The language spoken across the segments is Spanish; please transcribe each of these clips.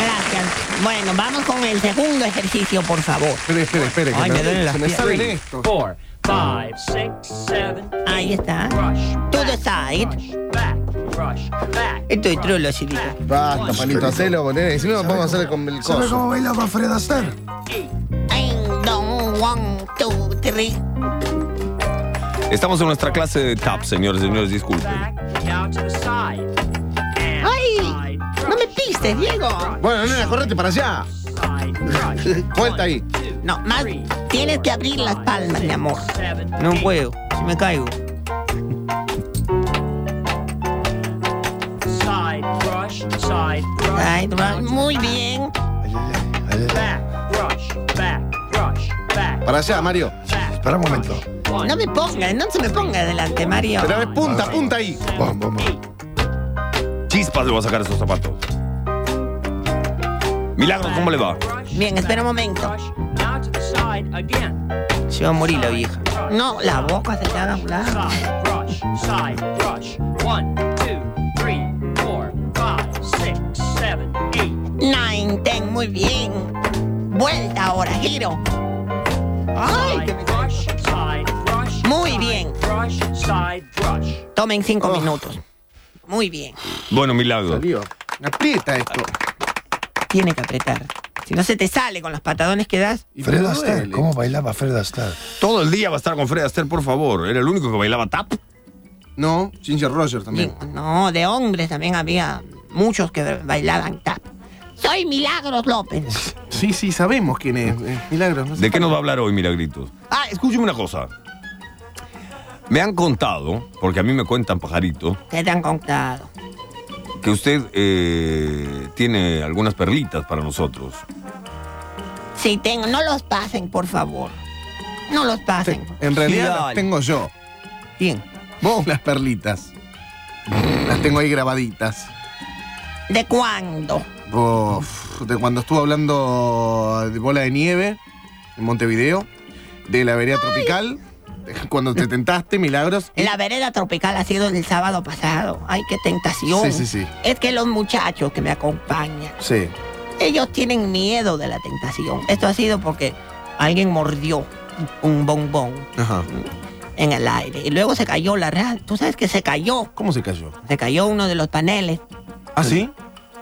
Gracias. Bueno, vamos con el segundo ejercicio, por favor. Espere, espere, espere. que Ay, me duelen las se me piernas. salen Three, estos. four, five, six, seven, Ahí está. rush. To back, the side. Rush back, rush back. Estoy rush trulo, chiquito. back, Basta, rush, palito, hacelo, ponele. Si no, vamos a hacer con el ¿Sabe coso. cómo baila Alfredo Aster? eight, And don't want to three. Estamos en nuestra clase de tap, señores, señores, disculpen. back, now to the side. And ¡Ay! side, No me rush, pistes, Diego. Bueno, nena, correte para allá. side, rush. Vuelta ahí. No, más Ah, tienes que abrir las palmas, mi amor. Seven, No eight, puedo, si me caigo. Side, rush, side, rush. Ay, ra- muy bien. Ay, ay, ay, ay, ay. Back, rush, back, rush, back. Para allá, Mario. back, Espera un momento. rush. One, No me pongas, no se me ponga delante, Mario. Pero a ver, punta, punta ahí. Vamos, vamos. Chispas le va a sacar esos zapatos. Milagros, ¿cómo le va? rush, Bien, espera un back, momento. rush. Now to the side again. Se va a morir la vieja. No, la boca se te haga a un lado. Side, rush, side, rush. One, two, three, four, five, six, seven, eight. Nine, ten, muy bien. Vuelta ahora, giro. Ay, que me- Side, rush, side, rush. Muy side, bien. Rush, side, rush. Tomen cinco minutos. Muy bien. Bueno, Milagros. Salió. Aprieta esto. Tiene que apretar. Si no se te sale con los patadones que das. Y me Fredo duele. Aster, ¿cómo bailaba Fredo Aster? Todo el día va a estar con Fred Astaire, por favor. Era el único que bailaba tap. No, Ginger Roger también. No, de hombres también había muchos que bailaban tap. Soy Milagros López. Sí, sí, sabemos quién es. Eh, Milagros, no sé. ¿De qué nos va a hablar hoy, Milagritos? Ah, escúcheme una cosa. Me han contado, porque a mí me cuentan pajarito, ¿Qué te han contado? que usted eh, tiene algunas perlitas para nosotros. Sí, tengo. No los pasen, por favor. No los pasen. En realidad las Dale. tengo yo. Bien. Vos las perlitas. Las tengo ahí grabaditas. ¿De cuándo? Uf, de cuando estuvo hablando de bola de nieve en Montevideo, de la vereda tropical, de cuando te tentaste, milagros. La vereda tropical ha sido el sábado pasado. Ay, qué tentación. Sí, sí, sí. Es que los muchachos que me acompañan, Sí. ellos tienen miedo de la tentación. Esto ha sido porque alguien mordió un bombón Ajá. en el aire y luego se cayó la radio. Tú sabes que se cayó. ¿Cómo se cayó? Se cayó uno de los paneles ¿Ah, sí?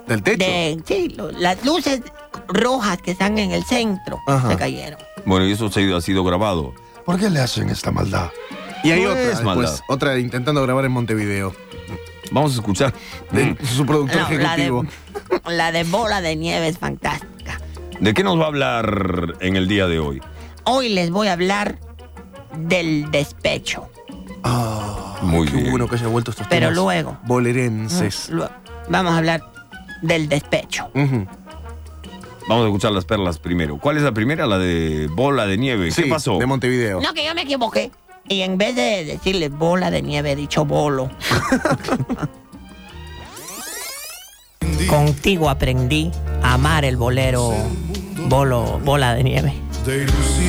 ¿Del techo? de sí, lo- las luces rojas que están en el centro Ajá. se cayeron. Bueno, y eso se- ha sido grabado. ¿Por qué le hacen esta maldad? Y hay No otra, es después, maldad. otra intentando grabar en Montevideo, Vamos a escuchar. de Mm. su productor No, la, ejecutivo. de, la de bola de nieve es fantástica. ¿De qué nos va a hablar en el día de hoy? Hoy les voy a hablar del despecho. Ah, Muy qué bien. bueno que haya vuelto estos Pero temas luego. Mm. Bolerenses. Lo- Vamos a hablar del despecho. Ujú. Vamos a escuchar las perlas primero. ¿Cuál es la primera? La de bola de nieve. Sí, ¿Qué pasó? De Montevideo. No, que yo me equivoqué. Y en vez de decirle bola de nieve, he dicho bolo. Contigo aprendí a amar el bolero bolo, bola de nieve. de ilusiones.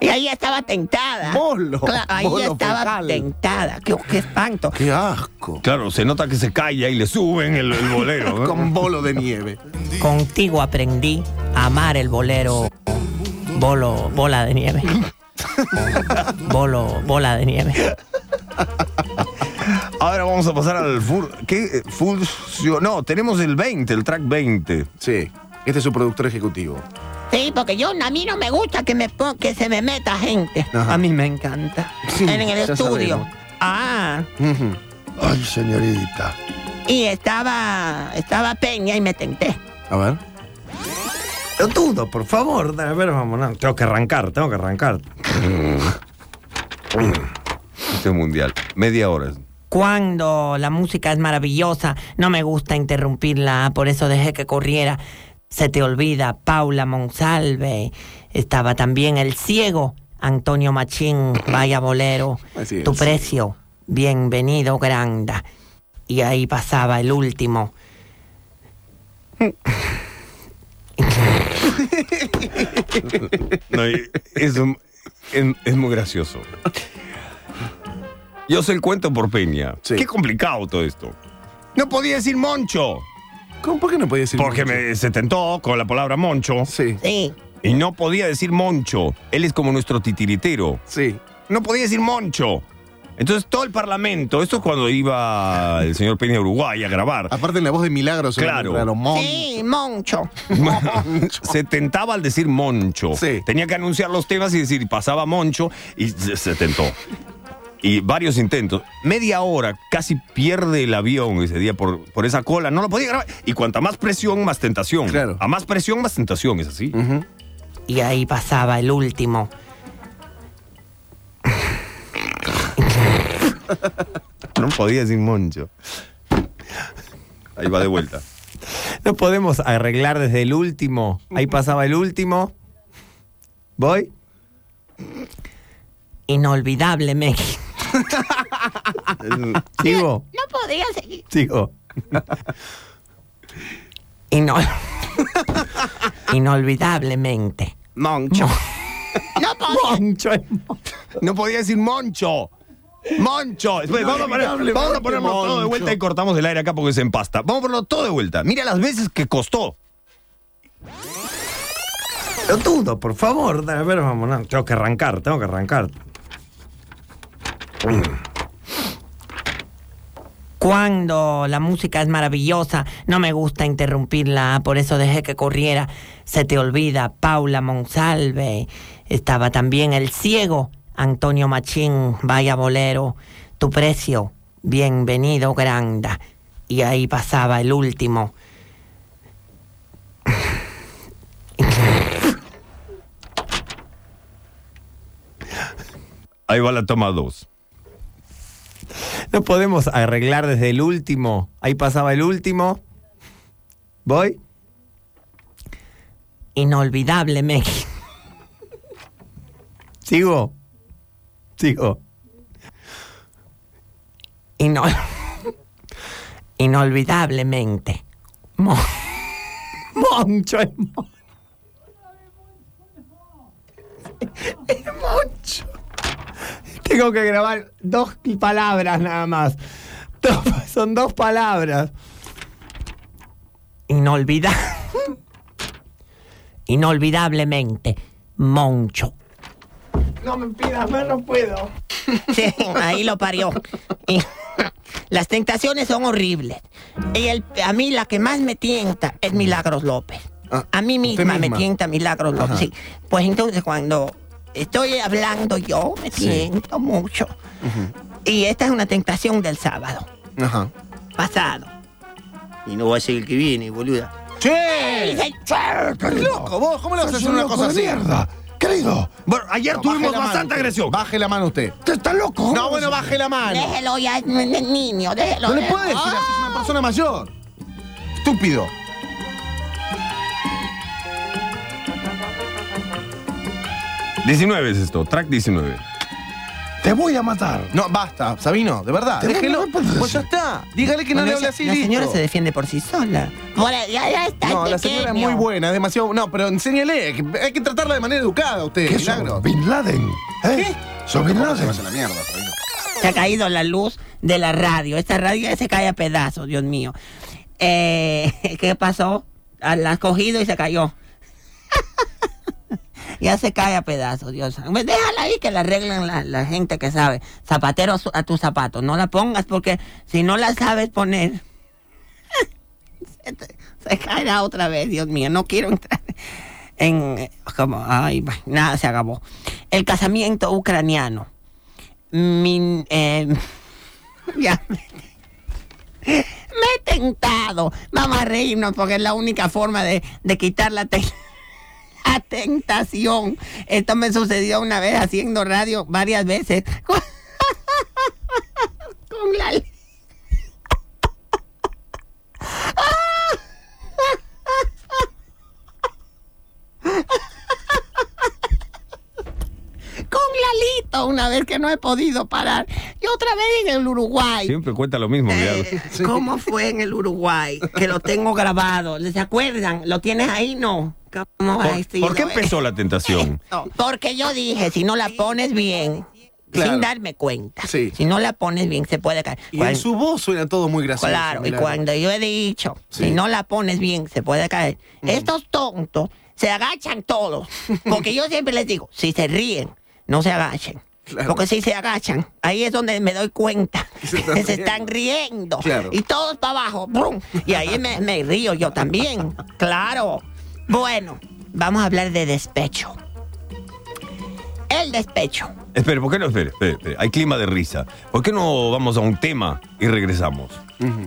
Y ahí estaba tentada. Bolo, Cla- Ahí bolo estaba fecal. tentada. Qué, qué espanto. Qué asco. Claro, se nota que se calla y le suben el, el bolero. ¿no? Con bolo de nieve. Contigo aprendí a amar el bolero bolo, bola de nieve. Bolo, bola de nieve. Ahora vamos a pasar al fur... ¿Qué? Eh, Funcio- No, tenemos el 20, el track 20. Sí. Este es su productor ejecutivo. Sí, porque yo a mí no me gusta que me pon- que se me meta gente. Ajá. A mí me encanta. Sí, en el ya estudio. sabemos. Ah, Ujú. Ay, señorita. y estaba estaba Peña y me tenté. A ver. Lo dudo, por favor. A ver, vamos, no. Tengo que arrancar, tengo que arrancar. Este es mundial. Media hora. Cuando la música es maravillosa, no me gusta interrumpirla, por eso dejé que corriera. Se te olvida Paula Monsalve. Estaba también el ciego Antonio Machín, vaya bolero. Así es. Tu precio, bienvenido Granda. Y ahí pasaba el último. No, y- es, un- es- es muy gracioso. Yo sé el cuento por Peña. Sí. Qué complicado todo esto. No podía decir Moncho. ¿Cómo? ¿Por qué no podía decir Porque mucho? me, se tentó con la palabra moncho Sí, Sí. y no podía decir moncho. Él es como nuestro titiritero. sí. No podía decir moncho. Entonces todo el Parlamento, esto es cuando iba el señor Peña a Uruguay a grabar. Aparte en la voz de Milagros. Claro. Claro, mon. Sí, Moncho. se tentaba al decir Moncho. Sí. Tenía que anunciar los temas y decir pasaba Moncho y se, se tentó. Y varios intentos. Media hora, casi pierde el avión ese día por, por esa cola. No lo podía grabar. Y cuanta más presión, más tentación. Claro. A más presión, más tentación, es así. Ujú. Y ahí pasaba el último. No podía decir Moncho. Ahí va de vuelta. No podemos arreglar desde el último. Ahí pasaba el último. ¿Voy? Inolvidable México. ¿Sigo? No podía seguir. ¿Sigo? Inol... Inolvidablemente. Moncho. No podía. Moncho. No podía decir Moncho. Moncho. Después, vamos a, poner- vamos a ponerlo todo de vuelta y cortamos el aire acá porque se empasta. Vamos a ponerlo todo de vuelta. Mira las veces que costó. Rotundo, por favor. A ver, vamos, no, Tengo que arrancar, tengo que arrancar. Cuando la música es maravillosa, no me gusta interrumpirla, por eso dejé que corriera. Se te olvida Paula Monsalve, estaba también el ciego Antonio Machín, vaya bolero, tu precio, bienvenido Granda. Y ahí pasaba el último. Ahí va la toma dos. No podemos arreglar desde el último. Ahí pasaba el último. ¿Voy? Inolvidable México. ¿Sigo? ¿Sigo? Inol- Inolvidablemente. Mo- Moncho es Moncho. Tengo que grabar dos palabras nada más. Dos- son dos palabras. Inolvida Inolvidablemente. Moncho. No me pidas más, no puedo. Sí, ahí lo parió. Y las tentaciones son horribles. Y el- a mí la que más me tienta es Milagros López. Ah, A mí usted misma, me misma. tienta Milagros López. sí. Pues entonces cuando estoy hablando yo, me siento mucho. Y esta es una tentación del sábado Ajá. pasado. Y no va a ser el que viene, boluda. ¡Che! ¡Loco, vos! ¿Cómo le vas a Sos hacer un una loco cosa de así? mierda! ¡Querido! Bueno, ayer No, tuvimos baje la bastante mano. agresión. Baje la mano usted. ¡Usted está loco! No, bueno, baje la mano. Déjelo ya, niño, déjelo. No le puede decir así, es una persona mayor. Estúpido. Diecinueve 19 es esto, track 19. ¡Te voy a matar! No, basta, Sabino, de verdad. Te voy a Déjelo. matar por decir. Pues ya está. Dígale que no le hable así. La señora listo. se defiende por sí sola. Bueno, ya, ya está. No, la señora es pequeño. muy buena, es demasiado. No, pero enséñele. que Hay que tratarla de manera educada, usted. ¿Qué milagro. sos? ¿Bin Laden? ¿Eh? ¿Sos Bin No se Laden? vaya a la mierda, Sabino. Se ha caído la luz de la radio. Esta radio ya se cae a pedazos, Dios mío. Eh, ¿Qué pasó? Ah, La has cogido y se cayó. ya se cae a pedazos, Dios. Pues déjala ahí que la arreglen la, la gente que sabe. Zapatero a su- a tus zapatos. No la pongas porque si no la sabes poner. se, te- se caerá otra vez, Dios mío. No quiero entrar en. Como, ay, va, nada, se acabó. El casamiento ucraniano. Min- eh, ya. Me he tentado. Vamos a reírnos porque es la única forma de, de quitar la, te- la tentación. Esto me sucedió una vez haciendo radio varias veces. Con la... li- Con Lalito, una vez que no he podido parar. Y otra vez en el Uruguay. Siempre cuenta lo mismo, mirá. Eh, ¿Cómo fue en el Uruguay? Que lo tengo grabado. ¿Se acuerdan? ¿Lo tienes ahí? No. ¿Cómo va a ¿Por, decir? por qué No, eh. empezó la tentación? No, Porque yo dije, si no la pones bien, Claro. sin darme cuenta. Sí. Si no la pones bien, se puede caer. Y en Cuan- su voz suena todo muy gracioso. Claro, y Milagros. cuando yo he dicho, Sí. Mm. si no la pones bien, se puede caer. Estos tontos se agachan todos. Porque yo siempre les digo, si se ríen, no se agachen. Claro. Porque si se agachan, ahí es donde me doy cuenta que Que se se están están, riendo. Claro. Y todos para abajo. ¡brum! Y ahí me, me río yo también. Claro. Bueno, vamos a hablar de despecho. El despecho. Espere, ¿por qué no? Espere, espere, espere. Hay clima de risa. ¿Por qué no vamos a un tema y regresamos?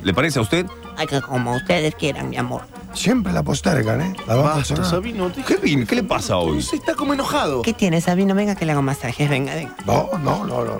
¿Le parece a usted? Ay, que como ustedes quieran, mi amor. Siempre la postergan, ¿eh? La van a Basta, postergar. Sabino. te- Kevin, ¿qué le pasa hoy? Se está como enojado. ¿Qué tienes, Sabino? Venga que le hago masajes. Venga, venga. No, no, no, no.